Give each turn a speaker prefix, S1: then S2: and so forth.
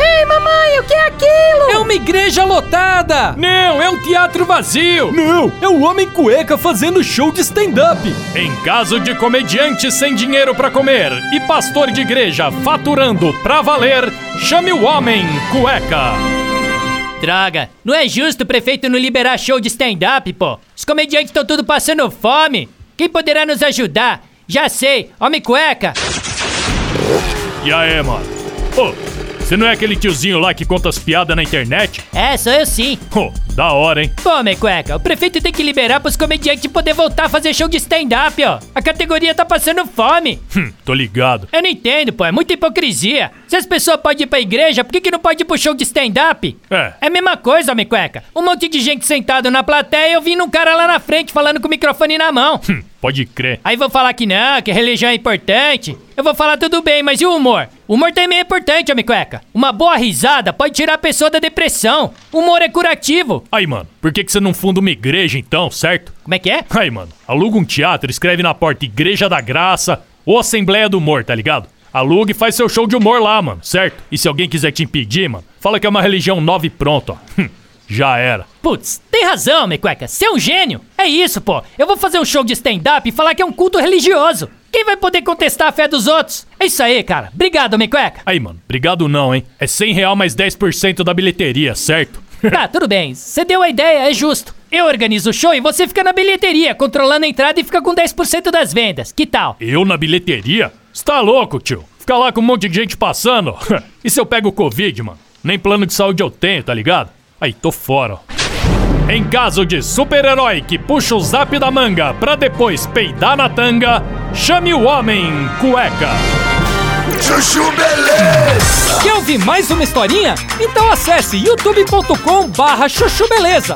S1: Ei, mamãe, o que é aquilo?
S2: É uma igreja lotada!
S3: Não, é um teatro vazio!
S2: Não, é o Homem Cueca fazendo show de stand-up!
S3: Em caso de comediante sem dinheiro pra comer e pastor de igreja faturando pra valer, chame o Homem Cueca!
S4: Droga, não é justo o prefeito não liberar show de stand-up, pô! Os comediantes estão tudo passando fome! Quem poderá nos ajudar? Já sei, Homem Cueca!
S3: E aí, mano? Ô, você não é aquele tiozinho lá que conta as piadas na internet?
S4: É, sou eu sim!
S3: Ô, da hora, hein?
S4: Pô, Homem Cueca, o prefeito tem que liberar pros comediantes poder voltar a fazer show de stand-up, ó! A categoria tá passando fome!
S3: Hum, tô ligado.
S4: Eu não entendo, pô, é muita hipocrisia. Se as pessoas podem ir pra igreja, por que, que não pode ir pro show de stand-up?
S3: É.
S4: É a mesma coisa, homem cueca. Um monte de gente sentado na plateia e eu vi um cara lá na frente falando com o microfone na mão.
S3: Hum, pode crer.
S4: Aí vou falar que não, que religião é importante. Eu vou falar tudo bem, mas e o humor? O humor também é importante, homem cueca. Uma boa risada pode tirar a pessoa da depressão. O humor é curativo.
S3: Aí, mano, por que, que você não funda uma igreja então, certo?
S4: Como é que é?
S3: Aí, mano, aluga um teatro, escreve na porta Igreja da Graça ou Assembleia do Humor, tá ligado? Aluga e faz seu show de humor lá, mano, certo? E se alguém quiser te impedir, mano, fala que é uma religião nova e pronto, ó. Hum, já era.
S4: Putz, tem razão, homem cueca. Você é um gênio. É isso, pô. Eu vou fazer um show de stand-up e falar que é um culto religioso. Quem vai poder contestar a fé dos outros? É isso aí, cara. Obrigado, homem cueca.
S3: Aí, mano, obrigado não, hein? É 100 real mais 10% da bilheteria, certo?
S4: Tá, tudo bem. Você deu a ideia, é justo. Eu organizo o show e você fica na bilheteria, controlando a entrada e fica com 10% das vendas. Que tal?
S3: Eu na bilheteria? Você tá louco, tio? Ficar lá com um monte de gente passando? e se eu pego o Covid, mano? Nem plano de saúde eu tenho, tá ligado? Aí, tô fora, ó. Em caso de super-herói que puxa o zap da manga pra depois peidar na tanga, chame o homem cueca.
S5: Chuchu Beleza!
S2: Quer ouvir mais uma historinha? Então acesse youtube.com barra chuchu beleza.